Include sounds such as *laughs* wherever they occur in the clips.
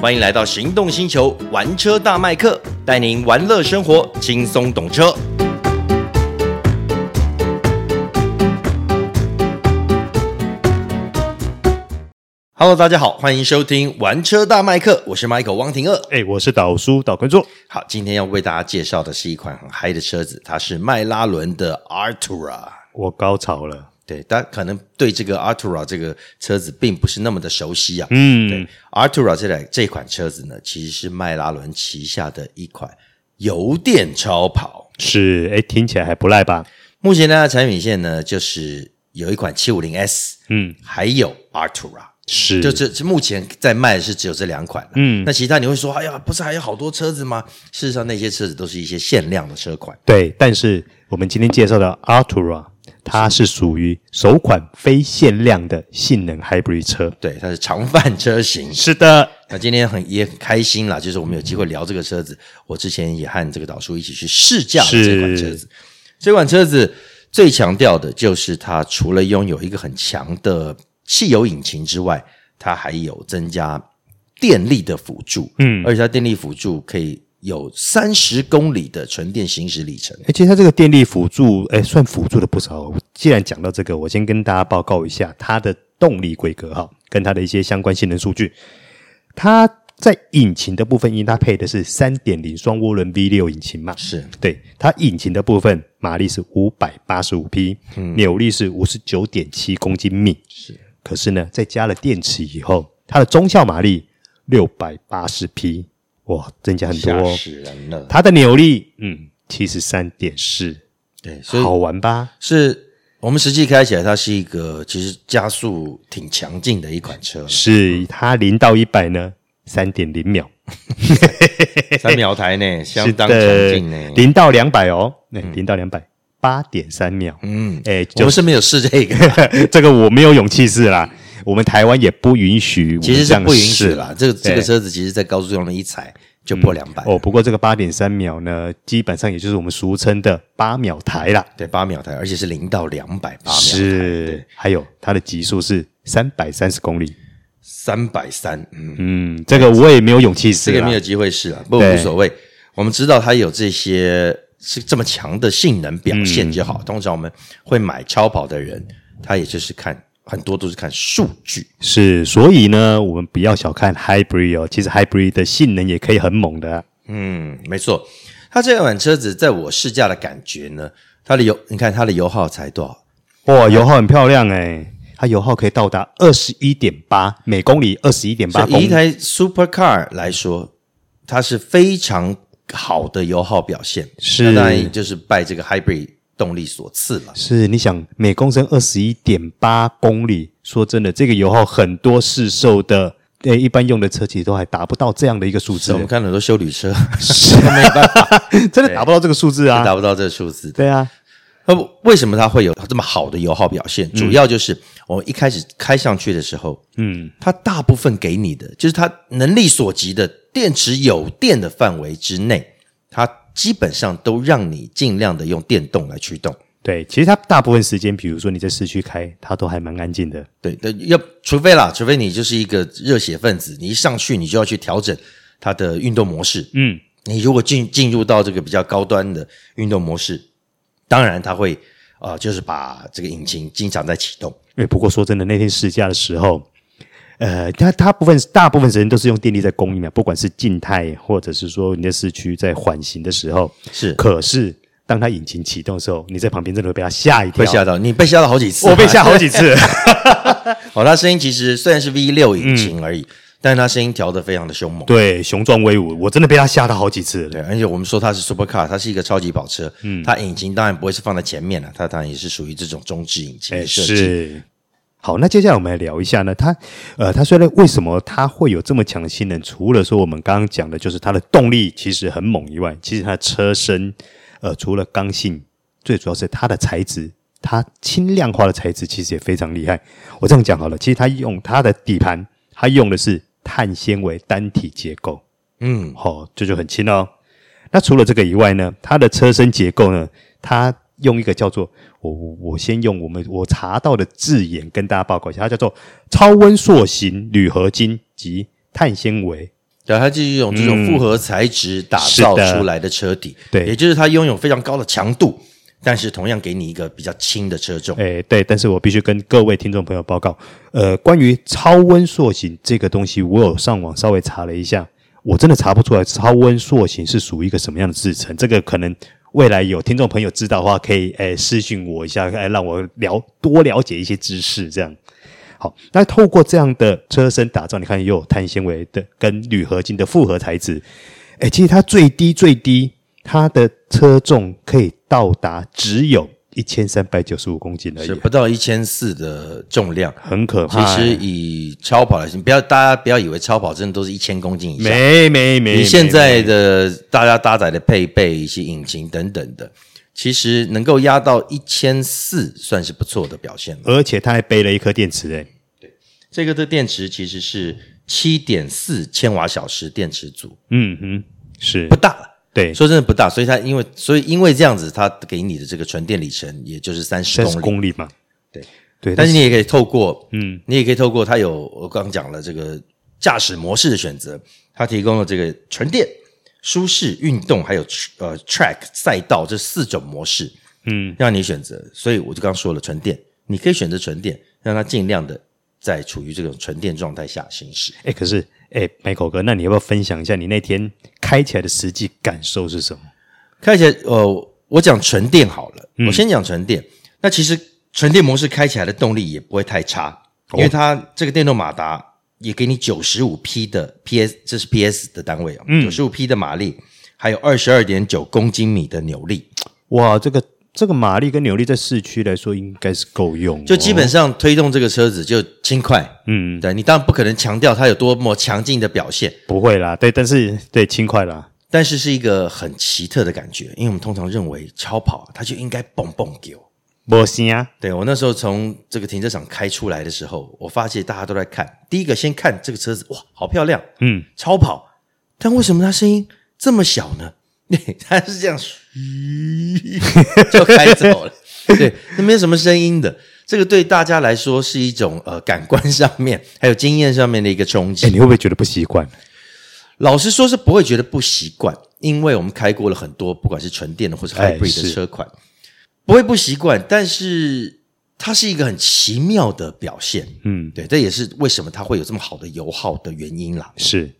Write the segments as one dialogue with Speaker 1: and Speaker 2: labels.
Speaker 1: 欢迎来到行动星球玩车大麦克，带您玩乐生活，轻松懂车。Hello，大家好，欢迎收听玩车大麦克，我是 Michael 汪廷二。
Speaker 2: 哎、我是导叔导观众，
Speaker 1: 好，今天要为大家介绍的是一款很嗨的车子，它是迈拉伦的 Artura。
Speaker 2: 我高潮了。
Speaker 1: 对，大家可能对这个 Artura 这个车子并不是那么的熟悉啊。
Speaker 2: 嗯
Speaker 1: 对，，Artura 这台这款车子呢，其实是迈拉伦旗下的一款油电超跑。
Speaker 2: 是，哎、听起来还不赖吧？
Speaker 1: 目前它的产品线呢，就是有一款 750S，
Speaker 2: 嗯，
Speaker 1: 还有 Artura。
Speaker 2: 是，
Speaker 1: 就这这目前在卖的是只有这两款，嗯，
Speaker 2: 嗯
Speaker 1: 那其他你会说，哎呀，不是还有好多车子吗？事实上，那些车子都是一些限量的车款，
Speaker 2: 对。但是我们今天介绍的 Artura，它是属于首款非限量的性能 Hybrid 车。
Speaker 1: 对，它是 *laughs* 常贩车型，
Speaker 2: 是的，
Speaker 1: 那今天很也很开心啦，就是我们有机会聊这个车子。我之前也和这个导叔一起去试驾了
Speaker 2: 是
Speaker 1: 这款车子。这款车子最强调的就是它除了拥有一个很强的汽油引擎之外，它还有增加电力的辅助。
Speaker 2: 嗯
Speaker 1: 而且它电力辅助可以有三十公里的纯电行驶里
Speaker 2: *laughs*
Speaker 1: 程。
Speaker 2: 哎、其实它这个电力辅助，哎、算辅助的不少哦。既然讲到这个，我先跟大家报告一下它的动力规格哈，跟它的一些相关性能数据。它在引擎的部分，因为它配的是三点零双涡轮 V 六引擎嘛，
Speaker 1: 是
Speaker 2: 对它引擎的部分，马力是五百八十五匹，
Speaker 1: 嗯
Speaker 2: 扭力是五十九点七公斤米。
Speaker 1: 是，
Speaker 2: 可是呢，在加了电池以后，它的中效马力六百八十匹，哇，增加很多、
Speaker 1: 吓
Speaker 2: 哦。
Speaker 1: 死人了。
Speaker 2: 它的扭力，嗯，七十三点四，
Speaker 1: 对，所以
Speaker 2: 好玩吧？
Speaker 1: 是我们实际开起来，它是一个其实加速挺强劲的一款车。
Speaker 2: 是它零到一百呢，三点零秒，
Speaker 1: 三秒台呢，相
Speaker 2: *laughs* 是
Speaker 1: 当强
Speaker 2: 的
Speaker 1: 劲呢，。
Speaker 2: 零到两百哦，那零到两百八点三秒，
Speaker 1: 嗯，
Speaker 2: 哎，
Speaker 1: 我
Speaker 2: 就嗯
Speaker 1: 们是没有试这
Speaker 2: *laughs*
Speaker 1: 个，
Speaker 2: 这个我没有勇气试啦，我们台湾也不允许，
Speaker 1: 其实
Speaker 2: 这
Speaker 1: 是
Speaker 2: 样
Speaker 1: 不允许
Speaker 2: 试
Speaker 1: 啦。这个这个车子其实，在高速上的一踩就破两百、
Speaker 2: 哦，不过这个八点三秒呢，基本上也就是我们俗称的八秒台啦。
Speaker 1: 对，八秒台，而且是零到两百八秒，
Speaker 2: 是，还有它的极速是三百三十公里。
Speaker 1: 三百三，嗯，
Speaker 2: 嗯，这个我也没有勇气试
Speaker 1: 这个
Speaker 2: 啦
Speaker 1: 没有机会试啊，不过
Speaker 2: 对
Speaker 1: 无所谓。我们知道它有这些是这么强的性能表现
Speaker 2: 嗯
Speaker 1: 就好。通常我们会买超跑的人，他也就是看很多都是看数据，
Speaker 2: 是，所以呢，我们不要小看 Hybrid 哦，其实 Hybrid 的性能也可以很猛的啊。
Speaker 1: 嗯，没错，它这款车子在我试驾的感觉呢，它的油，你看它的油耗才多少？
Speaker 2: 哇，
Speaker 1: 嗯
Speaker 2: 油耗很漂亮哎、它油耗可以到达二十一点八每公里，二十一点八
Speaker 1: 所
Speaker 2: 公
Speaker 1: 以以一
Speaker 2: 里。
Speaker 1: 台 Super Car 来说，它是非常好的油耗表现，
Speaker 2: 是
Speaker 1: 那当然就是拜这个 Hybrid 动力所赐了。
Speaker 2: 是你想每公升二十一点八公里，说真的，这个油耗很多市售的。对，一般用的车其实都还达不到这样的一个数字
Speaker 1: 所以我，们看了很多修旅
Speaker 2: *laughs*
Speaker 1: 车 *laughs*
Speaker 2: 真的达不到这个数字啊！
Speaker 1: 达不到这个数字，
Speaker 2: 对啊，
Speaker 1: 那么为什么它会有这么好的油耗表
Speaker 2: 嗯
Speaker 1: 现？主要就是我们一开始开上去的时候，嗯，它大部分给你的就是它能力所及的电池有电的范围之内，它基本上都让你尽量的用电动来驱动。
Speaker 2: 对，其实它大部分时间，比如说你在市区开，它都还蛮安静的。
Speaker 1: 对，但要除非啦，除非你就是一个热血分子，你一上去你就要去调整它的运动模式。
Speaker 2: 嗯，
Speaker 1: 你如果进进入到这个比较高端的运动模式，当然它会啊、呃就是把这个引擎经常在启动。
Speaker 2: 哎，不过说真的，那天试驾的时候，呃，它它部分大部分时间都是用电力在供应啊，不管是静态或者是说你在市区在缓行的时候，
Speaker 1: 是
Speaker 2: 可是当它引擎启动的时候，你在旁边真的会被它吓一跳，
Speaker 1: 被吓到，你被吓到好几次， *laughs*
Speaker 2: 我被吓。好几次。
Speaker 1: 哦，它声音其实虽然是 V 六引
Speaker 2: 嗯
Speaker 1: 擎而已，但是它声音调得非常的凶猛。
Speaker 2: *laughs* 对，雄壮威武，我真的被它吓到好几次了。
Speaker 1: 对，而且我们说它是 super car，它是一个超级跑车，嗯，它引擎当然不会是放在前面了，它当然也是属于这种中置引擎
Speaker 2: 哎，
Speaker 1: 的设计。
Speaker 2: 是。好，那接下来我们来聊一下呢，它，呃，它虽然为什么它会有这么强的性能，除了说我们刚刚讲的，就是它的动力其实很猛以外，其实它的车身，呃，除了刚性，最主要是它的材质，它轻量化的材质其实也非常厉害。我这样讲好了，其实它用它的底盘，它用的是碳纤维单体结构，
Speaker 1: 嗯，
Speaker 2: 哦，这就很轻哦。那除了这个以外呢，它的车身结构呢，它用一个叫做我我我先用我们我查到的字眼跟大家报告一下，它叫做超温塑形铝合金及碳纤维
Speaker 1: 对，它就是用这种复合材质打造
Speaker 2: 嗯是的
Speaker 1: 出来的车底，
Speaker 2: 对
Speaker 1: 也就是它拥有非常高的强度，但是同样给你一个比较轻的车重。
Speaker 2: 哎，对，但是我必须跟各位听众朋友报告，呃，关于超温塑形这个东西，我有上网稍微查了一下，我真的查不出来超温塑形是属于一个什么样的制成。这个可能未来有听众朋友知道的话，可以哎私信我一下，哎让我了多了解一些知识，这样。好，那透过这样的车身打造，你看又有碳纤维的跟铝合金的复合材质，哎，其实它最低最低，它的车重可以到达只有一千三百九十五公斤而
Speaker 1: 是
Speaker 2: 已，
Speaker 1: 不到一千四的重量，
Speaker 2: 很可
Speaker 1: 其
Speaker 2: 怕。
Speaker 1: 实以超跑来说，不要大家不要以为超跑真的都是一千公斤以下，
Speaker 2: 没没没，
Speaker 1: 以
Speaker 2: 没
Speaker 1: 现在的大家搭载的配备以及引擎等等的，其实能够压到一千四算是不错的表现了。
Speaker 2: 而且它还背了一颗电池，哎，
Speaker 1: 这个的电池其实是七点四千瓦小时电池组，
Speaker 2: 嗯哼，是
Speaker 1: 不大了。
Speaker 2: 对，
Speaker 1: 说真的不大，所以它因为所以因为这样子，它给你的这个纯电里程也就是三十
Speaker 2: 三
Speaker 1: 公
Speaker 2: 十
Speaker 1: 里，
Speaker 2: 公里嘛，
Speaker 1: 对
Speaker 2: 对，
Speaker 1: 但
Speaker 2: 但
Speaker 1: 是
Speaker 2: 是
Speaker 1: 你也可以透过，嗯，你也可以透过它有我刚刚讲了这个驾驶模式的选择，它提供了这个纯电、舒适、运动还有呃 track 赛道这四种模式，嗯，让你选择。所以我就刚刚说了，纯电你可以选择纯电，让它尽量的在处于这种纯电状态下行驶。
Speaker 2: 哎，可是哎，Michael 哥，那你要不要分享一下你那天开起来的实际感受是什么？
Speaker 1: 开起来，呃，我讲纯电好了，我先讲纯电。那其实纯电模式开起来的动力也不会太差，因为它这个电动马达也给你九十五匹的 PS，这是 PS 的单位哦，九十五匹的马力，还有二十二点九公斤米的扭力，
Speaker 2: 哇，这个这个马力跟扭力在市区来说应该是够用哦，
Speaker 1: 就基本上推动这个车子就轻快。
Speaker 2: 嗯
Speaker 1: 对你当然不可能强调它有多么强劲的表现，
Speaker 2: 不会啦，对，但是对轻快啦，
Speaker 1: 但是是一个很奇特的感觉，因为我们通常认为超跑它就应该蹦蹦丢。
Speaker 2: 没声啊，
Speaker 1: 对我那时候从这个停车场开出来的时候，我发现大家都在看。第一个先看这个车子，哇，好漂亮，
Speaker 2: 嗯，
Speaker 1: 超跑。但为什么它声音这么小呢？它是这样， *laughs* 就开走了。对，那没有什么声音的。这个对大家来说是一种呃感官上面还有经验上面的一个冲击。
Speaker 2: 哎，你会不会觉得不习惯？
Speaker 1: 老实说，是不会觉得不习惯，因为我们开过了很多，不管是纯电的或是
Speaker 2: 哎
Speaker 1: hybrid 的
Speaker 2: 是
Speaker 1: 车款，不会不习惯。但是它是一个很奇妙的表现，嗯，对，这也是为什么它会有这么好的油耗的原因啦。
Speaker 2: 是，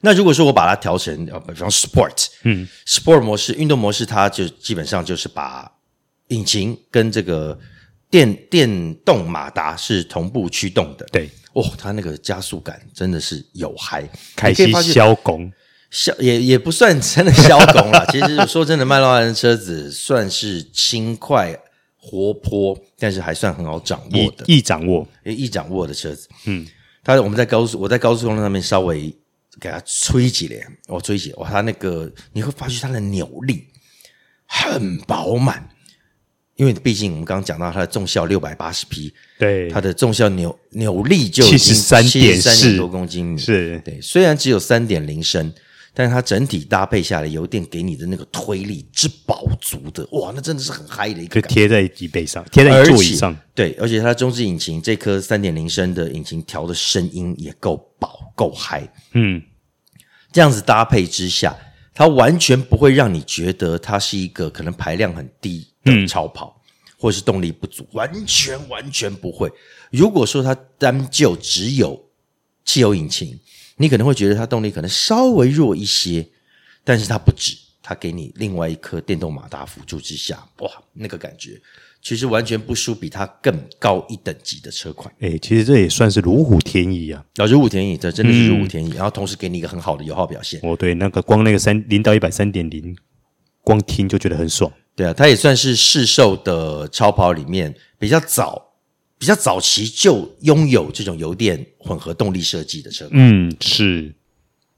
Speaker 1: 那如果说我把它调成呃，比方 sport，嗯，sport 模式、运动模式，它就基本上就是把引擎跟这个电电动马达是同步驱动的，
Speaker 2: 对，
Speaker 1: 哦，它那个加速感真的是有嗨，
Speaker 2: 凯
Speaker 1: 你可以
Speaker 2: 西
Speaker 1: 发现
Speaker 2: 消拱，
Speaker 1: 消也也不算真的消拱啦。其实说真的，麦当劳的车子算是轻快、活泼，但是还算很好掌握
Speaker 2: 易
Speaker 1: 的，
Speaker 2: 易掌握，
Speaker 1: 也易掌握的车子。嗯，它我们在高速，我在高速公路上面稍微给它吹几连，我吹几，哇，它那个你会发觉它的扭力很饱满，因为毕竟我们刚刚讲到它的重效六百八十匹，
Speaker 2: 对，
Speaker 1: 它的重效扭扭力就
Speaker 2: 73.4
Speaker 1: 三多公斤米，
Speaker 2: 是
Speaker 1: 对，虽然只有三点零升，但是它整体搭配下来，油电给你的那个推力之饱足的，哇，那真的是很嗨的一
Speaker 2: 就
Speaker 1: 个感觉。
Speaker 2: 贴在椅背上，贴在
Speaker 1: 而
Speaker 2: 你
Speaker 1: 且
Speaker 2: 座椅上，
Speaker 1: 对，而且它中置引擎这颗三点零升的引擎调的声音也够饱够嗨，
Speaker 2: 嗯，
Speaker 1: 这样子搭配之下，它完全不会让你觉得它是一个可能排量很低的超跑，或是动力不足，完全完全不会。如果说它单就只有汽油引擎，你可能会觉得它动力可能稍微弱一些，但是它不止，它给你另外一颗电动马达辅助之下，哇，那个感觉其实完全不输比它更高一等级的车款。
Speaker 2: 哎，其实这也算是如虎添翼啊。
Speaker 1: 啊，如虎添翼，这真的是如虎添翼，然后同时给你一个很好的油耗表现。
Speaker 2: 哦，对，那个光那个三零到一百三点零，光听就觉得很爽。
Speaker 1: 对啊，它也算是市售的超跑里面比较早、比较早期就拥有这种油电混合动力设计的车。
Speaker 2: 嗯，是。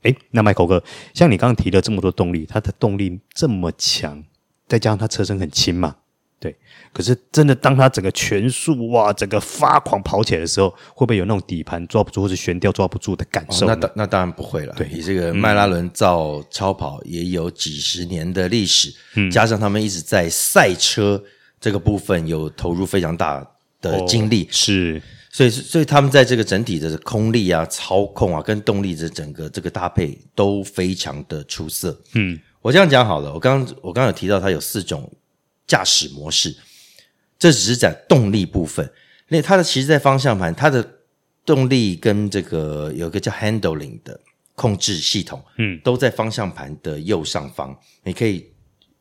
Speaker 2: 哎，那 Michael 哥，像你刚刚提了这么多动力，它的动力这么强，再加上它车身很轻嘛，对。可是真的，当它整个全速哇，整个发狂跑起来的时候，会不会有那种底盘抓不住或者悬吊抓不住的感
Speaker 1: 哦
Speaker 2: 受呢？
Speaker 1: 那当那当然不会了。对，你这个迈拉伦造超跑也有几十年的历史，
Speaker 2: 嗯
Speaker 1: 加上他们一直
Speaker 2: 哦
Speaker 1: 在赛车这个部分有投入非常大的精力，
Speaker 2: 是
Speaker 1: 所以所以他们在这个整体的空力啊、操控啊跟动力的整个这个搭配都非常的出色。嗯，我这样讲好了，我刚我刚有提到它有四种驾驶模式，这只是在动力部分。那它的其实，在方向盘，它的动力跟这个有一个叫 handling 的控制系统，嗯，都在方向盘的右上方，你可以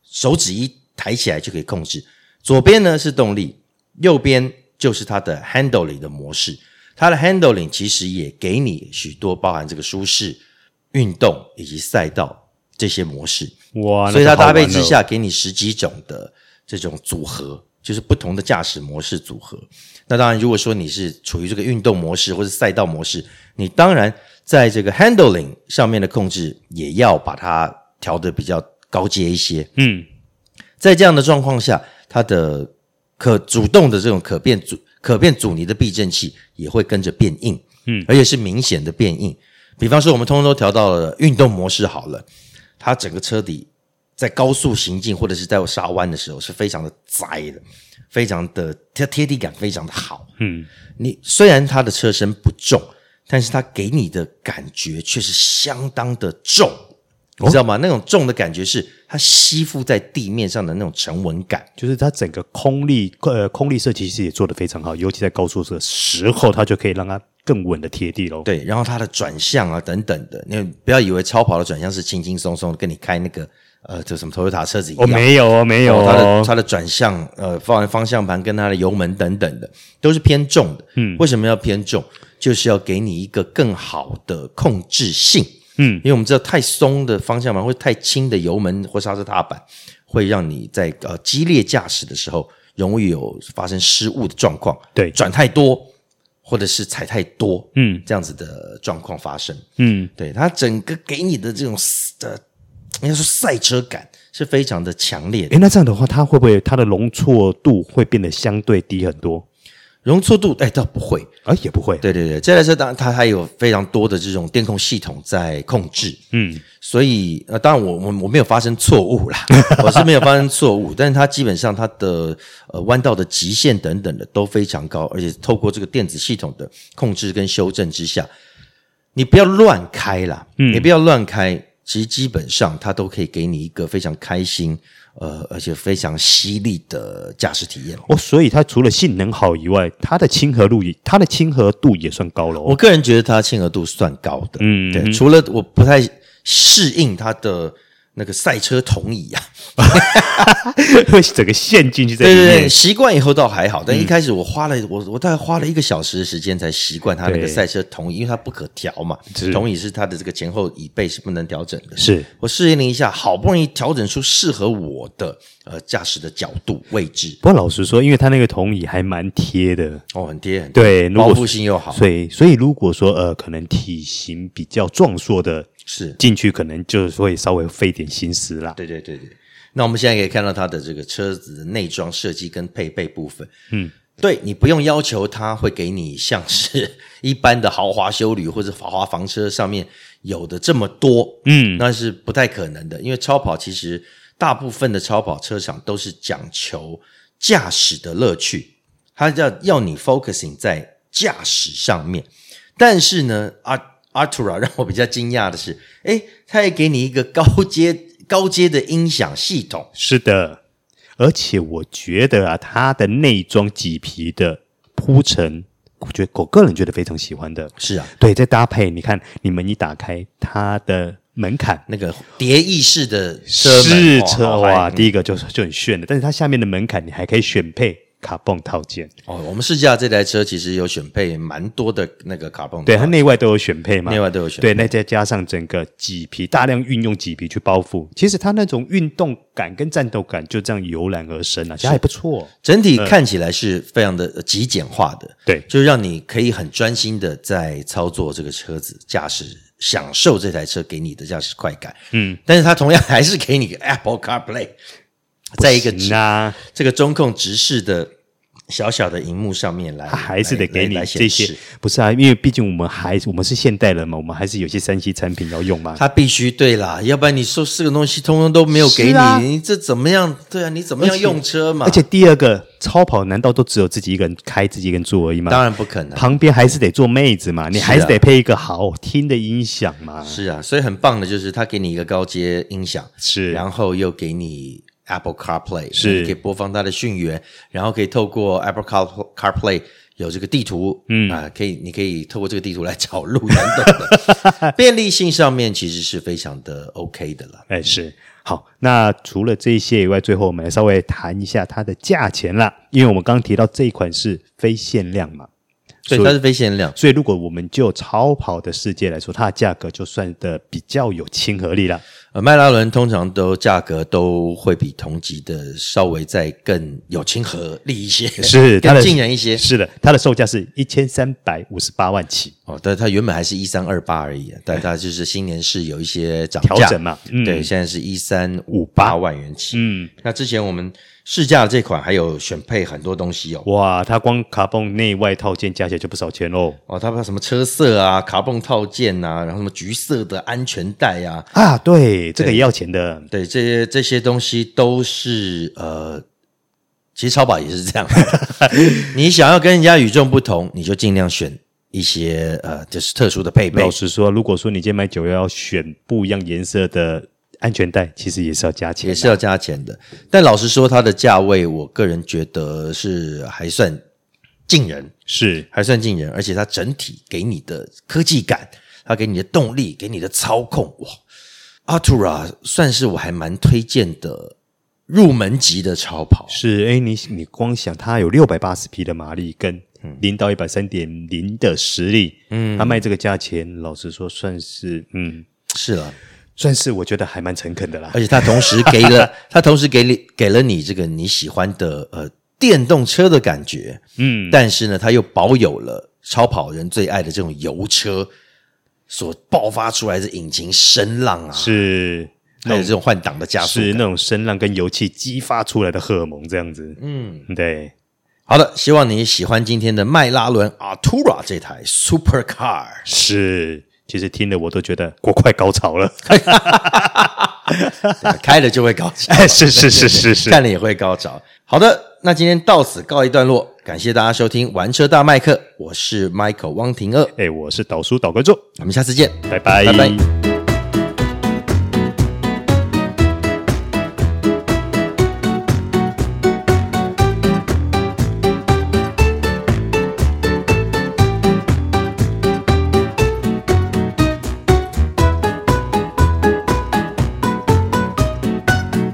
Speaker 1: 手指一抬起来就可以控制。左边呢是动力，右边就是它的 handling 的模式。它的 handling 其实也给你许多包含这个舒适、运动以及赛道这些模式，
Speaker 2: 哇，
Speaker 1: 所以它
Speaker 2: 那个好
Speaker 1: 搭配
Speaker 2: 玩
Speaker 1: 之
Speaker 2: 哦，
Speaker 1: 下给你十几种的这种组合，就是不同的驾驶模式组合。那当然，如果说你是处于这个运动模式或是赛道模式，你当然在这个 handling 上面的控制也要把它调的比较高阶一些。
Speaker 2: 嗯，
Speaker 1: 在这样的状况下，它的可主动的这种可变阻可变阻尼的避震器也会跟着变硬，嗯，而且是明显的变硬。比方说，我们通通都调到了运动模式好了，它整个车底在高速行进或者是在沙湾的时候是非常的窄的，非常的它贴地感非常的好。
Speaker 2: 嗯，
Speaker 1: 你虽然它的车身不重，但是它给你的感觉却是相当的重，
Speaker 2: 哦
Speaker 1: 你知道吗？那种重的感觉是它吸附在地面上的那种沉稳感。
Speaker 2: 就是它整个空力呃空力设计其实也做得非常好，尤其在高速的时候，它就可以让它更稳的贴地喽。
Speaker 1: 对，然后它的转向啊等等的，你不要以为超跑的转向是轻轻松松的，跟你开那个呃，这什么 Toyota 车子一
Speaker 2: 哦，
Speaker 1: 样。
Speaker 2: 没有哦，没有
Speaker 1: 它的
Speaker 2: 哦，
Speaker 1: 它的转向，呃，放方向盘跟它的油门等等的，都是偏重的。嗯，为什么要偏重？就是要给你一个更好的控制性。嗯，因为我们知道太松的方向盘或太轻的油门或刹车踏板，会让你在呃激烈驾驶的时候容易有发生失误的状况。
Speaker 2: 对
Speaker 1: 转太多或者是踩太多，
Speaker 2: 嗯，
Speaker 1: 这样子的状况发生。
Speaker 2: 嗯，
Speaker 1: 对它整个给你的这种呃，应该说赛车感是非常的强烈的。
Speaker 2: 诶，那这样的话，它会不会它的容错度会变得相对低很多？
Speaker 1: 容错度，哎，倒不会。
Speaker 2: 啊，也不会，
Speaker 1: 对对对，这台车当然它还有非常多的这种电控系统在控制，
Speaker 2: 嗯，
Speaker 1: 所以呃，当然我我我没有发生错误啦， *laughs* 我是没有发生错误，但是它基本上它的呃弯道的极限等等的都非常高，而且透过这个电子系统的控制跟修正之下，你不要乱开啦，嗯，你不要乱开，其实基本上它都可以给你一个非常开心，呃，而且非常犀利的驾驶体验。
Speaker 2: 哦，所以它除了性能好以外，它的亲和度也它的亲和度也算高了
Speaker 1: 我
Speaker 2: 哦。
Speaker 1: 个人觉得它亲和度算高的，
Speaker 2: 嗯
Speaker 1: 嗯，对，除了我不太适应它的那个赛车同椅啊，
Speaker 2: *laughs* 会整个陷进去在里
Speaker 1: 对
Speaker 2: 面。
Speaker 1: 哦
Speaker 2: 嗯
Speaker 1: 对对，习惯以后倒还好，但一开始我花了我我大概花了一个小时的时间才习惯它那
Speaker 2: 对
Speaker 1: 个赛车同椅，因为它不可调嘛
Speaker 2: 是，
Speaker 1: 同椅是它的这个前后椅背是不能调整的。
Speaker 2: 是
Speaker 1: 我适应了一下，好不容易调整出适合我的呃驾驶的角度位置，
Speaker 2: 不过老实说，因为它那个铜椅还蛮贴的，
Speaker 1: 哦，很贴很贴，
Speaker 2: 对，如
Speaker 1: 包
Speaker 2: 果
Speaker 1: 覆性又好，
Speaker 2: 所以所以如果说呃，可能体型比较壮硕的
Speaker 1: 是
Speaker 2: 进去，可能就会稍微费点心思啦。
Speaker 1: 对对对对。那我们现在可以看到它的这个车子的内装设计跟配备部分，嗯，对你不用要求它会给你像是 *laughs* 一般的豪华修旅或者豪华房车上面有的这么多，嗯，那是不太可能的，因为超跑其实大部分的超跑车厂都是讲求驾驶的乐趣，它要要你 focusing 在驾驶上面，但是呢，阿阿图拉让我比较惊讶的是，诶，他也给你一个高阶 *laughs* 高阶的音响系统，
Speaker 2: 是的，而且我觉得啊，它的内装麂皮的铺陈，我觉得我个人觉得非常喜欢的。
Speaker 1: 是啊，
Speaker 2: 对，再搭配，你看你们一打开它的门槛。
Speaker 1: 那个蝶翼式的车门
Speaker 2: 是
Speaker 1: 哦
Speaker 2: 车
Speaker 1: 好
Speaker 2: 哇，
Speaker 1: 嗨
Speaker 2: 第一个就是就很炫的，但是它下面的门槛你还可以选配卡泵套件，
Speaker 1: 哦，我们试驾这台车其实有选配蛮多的那个卡泵，
Speaker 2: 对，它内外都有选配嘛，
Speaker 1: 内外都有选配
Speaker 2: 对，那再加上整个麂皮，大量运用麂皮去包覆，其实它那种运动感跟战斗感就这样油然而生了、啊，其实还不错。
Speaker 1: 整体
Speaker 2: 嗯
Speaker 1: 看起来是非常的呃极简化的，
Speaker 2: 对
Speaker 1: 就是让你可以很专心的在操作这个车子驾驶。享受这台车给你的驾驶快感，嗯，但是它同样还是给你个 Apple CarPlay，在一个
Speaker 2: 不行啊，
Speaker 1: 这个中控直视的小小的荧幕上面来，
Speaker 2: 它还是得给你
Speaker 1: 来来来显
Speaker 2: 这些
Speaker 1: 示。，
Speaker 2: 不是啊？因为毕竟我们还我们是现代人嘛，我们还是有些三 C 产品要用嘛。
Speaker 1: 他必须对啦，要不然你说四个东西通通都没有给
Speaker 2: 是
Speaker 1: 你，
Speaker 2: 啊
Speaker 1: 你这怎么样？对啊，你怎么样用车嘛？
Speaker 2: 而且第二个超跑难道都只有自己一个人开、自己一个人坐而已吗？
Speaker 1: 当然不啊可能，
Speaker 2: 旁边还是得做妹子嘛，你还是得配一个好听的音响嘛。
Speaker 1: 是啊，所以很棒的就是他给你一个高阶音响，
Speaker 2: 是
Speaker 1: 然后又给你 Apple CarPlay，
Speaker 2: 是
Speaker 1: 你可以播放它的讯源，然后可以透过 Apple Car CarPlay 有这个地图，嗯啊、可以，你可以透过这个地图来找路等等
Speaker 2: *laughs*
Speaker 1: 的，便利性上面其实是非常的 OK 的啦。
Speaker 2: 哎、是好。那除了这些以外，最后我们来稍微谈一下它的价钱啦，因为我们刚刚提到这一款是非限量嘛，
Speaker 1: 所以它是非限量，
Speaker 2: 所以如果我们就超跑的世界来说，它的价格就算的比较有亲和力啦。
Speaker 1: 呃，迈拉伦通常都价格都会比同级的稍微再更有亲和力一些，
Speaker 2: 是它
Speaker 1: *laughs* 更
Speaker 2: 的
Speaker 1: 近人一些。
Speaker 2: 是的，它的售价是一千三百五十八万起，
Speaker 1: 哦，但它原本还是一三二八而已，但它就是新年是有一些涨价
Speaker 2: 调整嘛嗯
Speaker 1: 对，现在是一三五八万元起。嗯，那之前我们试驾的这款还有选配很多东西哦。
Speaker 2: 哇，它光卡泵内外套件加起来就不少钱喽。
Speaker 1: 哦，它把什么车色啊、卡泵套件啊，然后什么橘色的安全带啊，
Speaker 2: 啊，对，这个也要钱的，
Speaker 1: 对，这些这些东西都是呃，其实超跑也是
Speaker 2: *laughs*
Speaker 1: 这样，你想要跟人家与众不同，你就尽量选一些呃，就是特殊的配备
Speaker 2: 老。实说，如果说你今天买九幺幺选不一样颜色的安全带，其实也是要加钱
Speaker 1: 也
Speaker 2: 的，
Speaker 1: 是要加钱的，但老实说，它的价位，我个人觉得是还算近人，
Speaker 2: 是
Speaker 1: 还算近人，而且它整体给你的科技感，它给你的动力，给你的操控，哇，Artura 算是我还蛮推荐的入门级的超跑。
Speaker 2: 是。哎，你你光想它有六百八十匹的马力跟
Speaker 1: 嗯
Speaker 2: 零到一百三点零的实力，嗯，它卖这个价钱，老实说算是嗯，
Speaker 1: 是了，
Speaker 2: 算是我觉得还蛮诚恳的啦
Speaker 1: 而。且它同时给了
Speaker 2: *laughs*
Speaker 1: 它同时给你给了你这个你喜欢的呃电动车的感觉，嗯，但是呢，它又保有了超跑人最爱的这种油车所爆发出来的引擎声浪啊，
Speaker 2: 是
Speaker 1: 还有这种换挡的加速
Speaker 2: 是
Speaker 1: 感。
Speaker 2: 那种声浪跟油气激发出来的荷尔蒙这样子，嗯，对。
Speaker 1: 好的，希望你喜欢今天的迈拉伦 Artura 这台 Super Car。
Speaker 2: 是，其实听了我都觉得我快高潮 *laughs* 了。，
Speaker 1: 对开了就会高潮
Speaker 2: 哎是是是 *laughs* 是 *laughs* 是
Speaker 1: 看了也会高潮。好的，那今天到此告一段落，感谢大家收听《玩车大麦克》，我是 Michael 汪廷锷，
Speaker 2: 哎，我是导叔导观众，
Speaker 1: 我们下次见，
Speaker 2: 拜拜
Speaker 1: 拜拜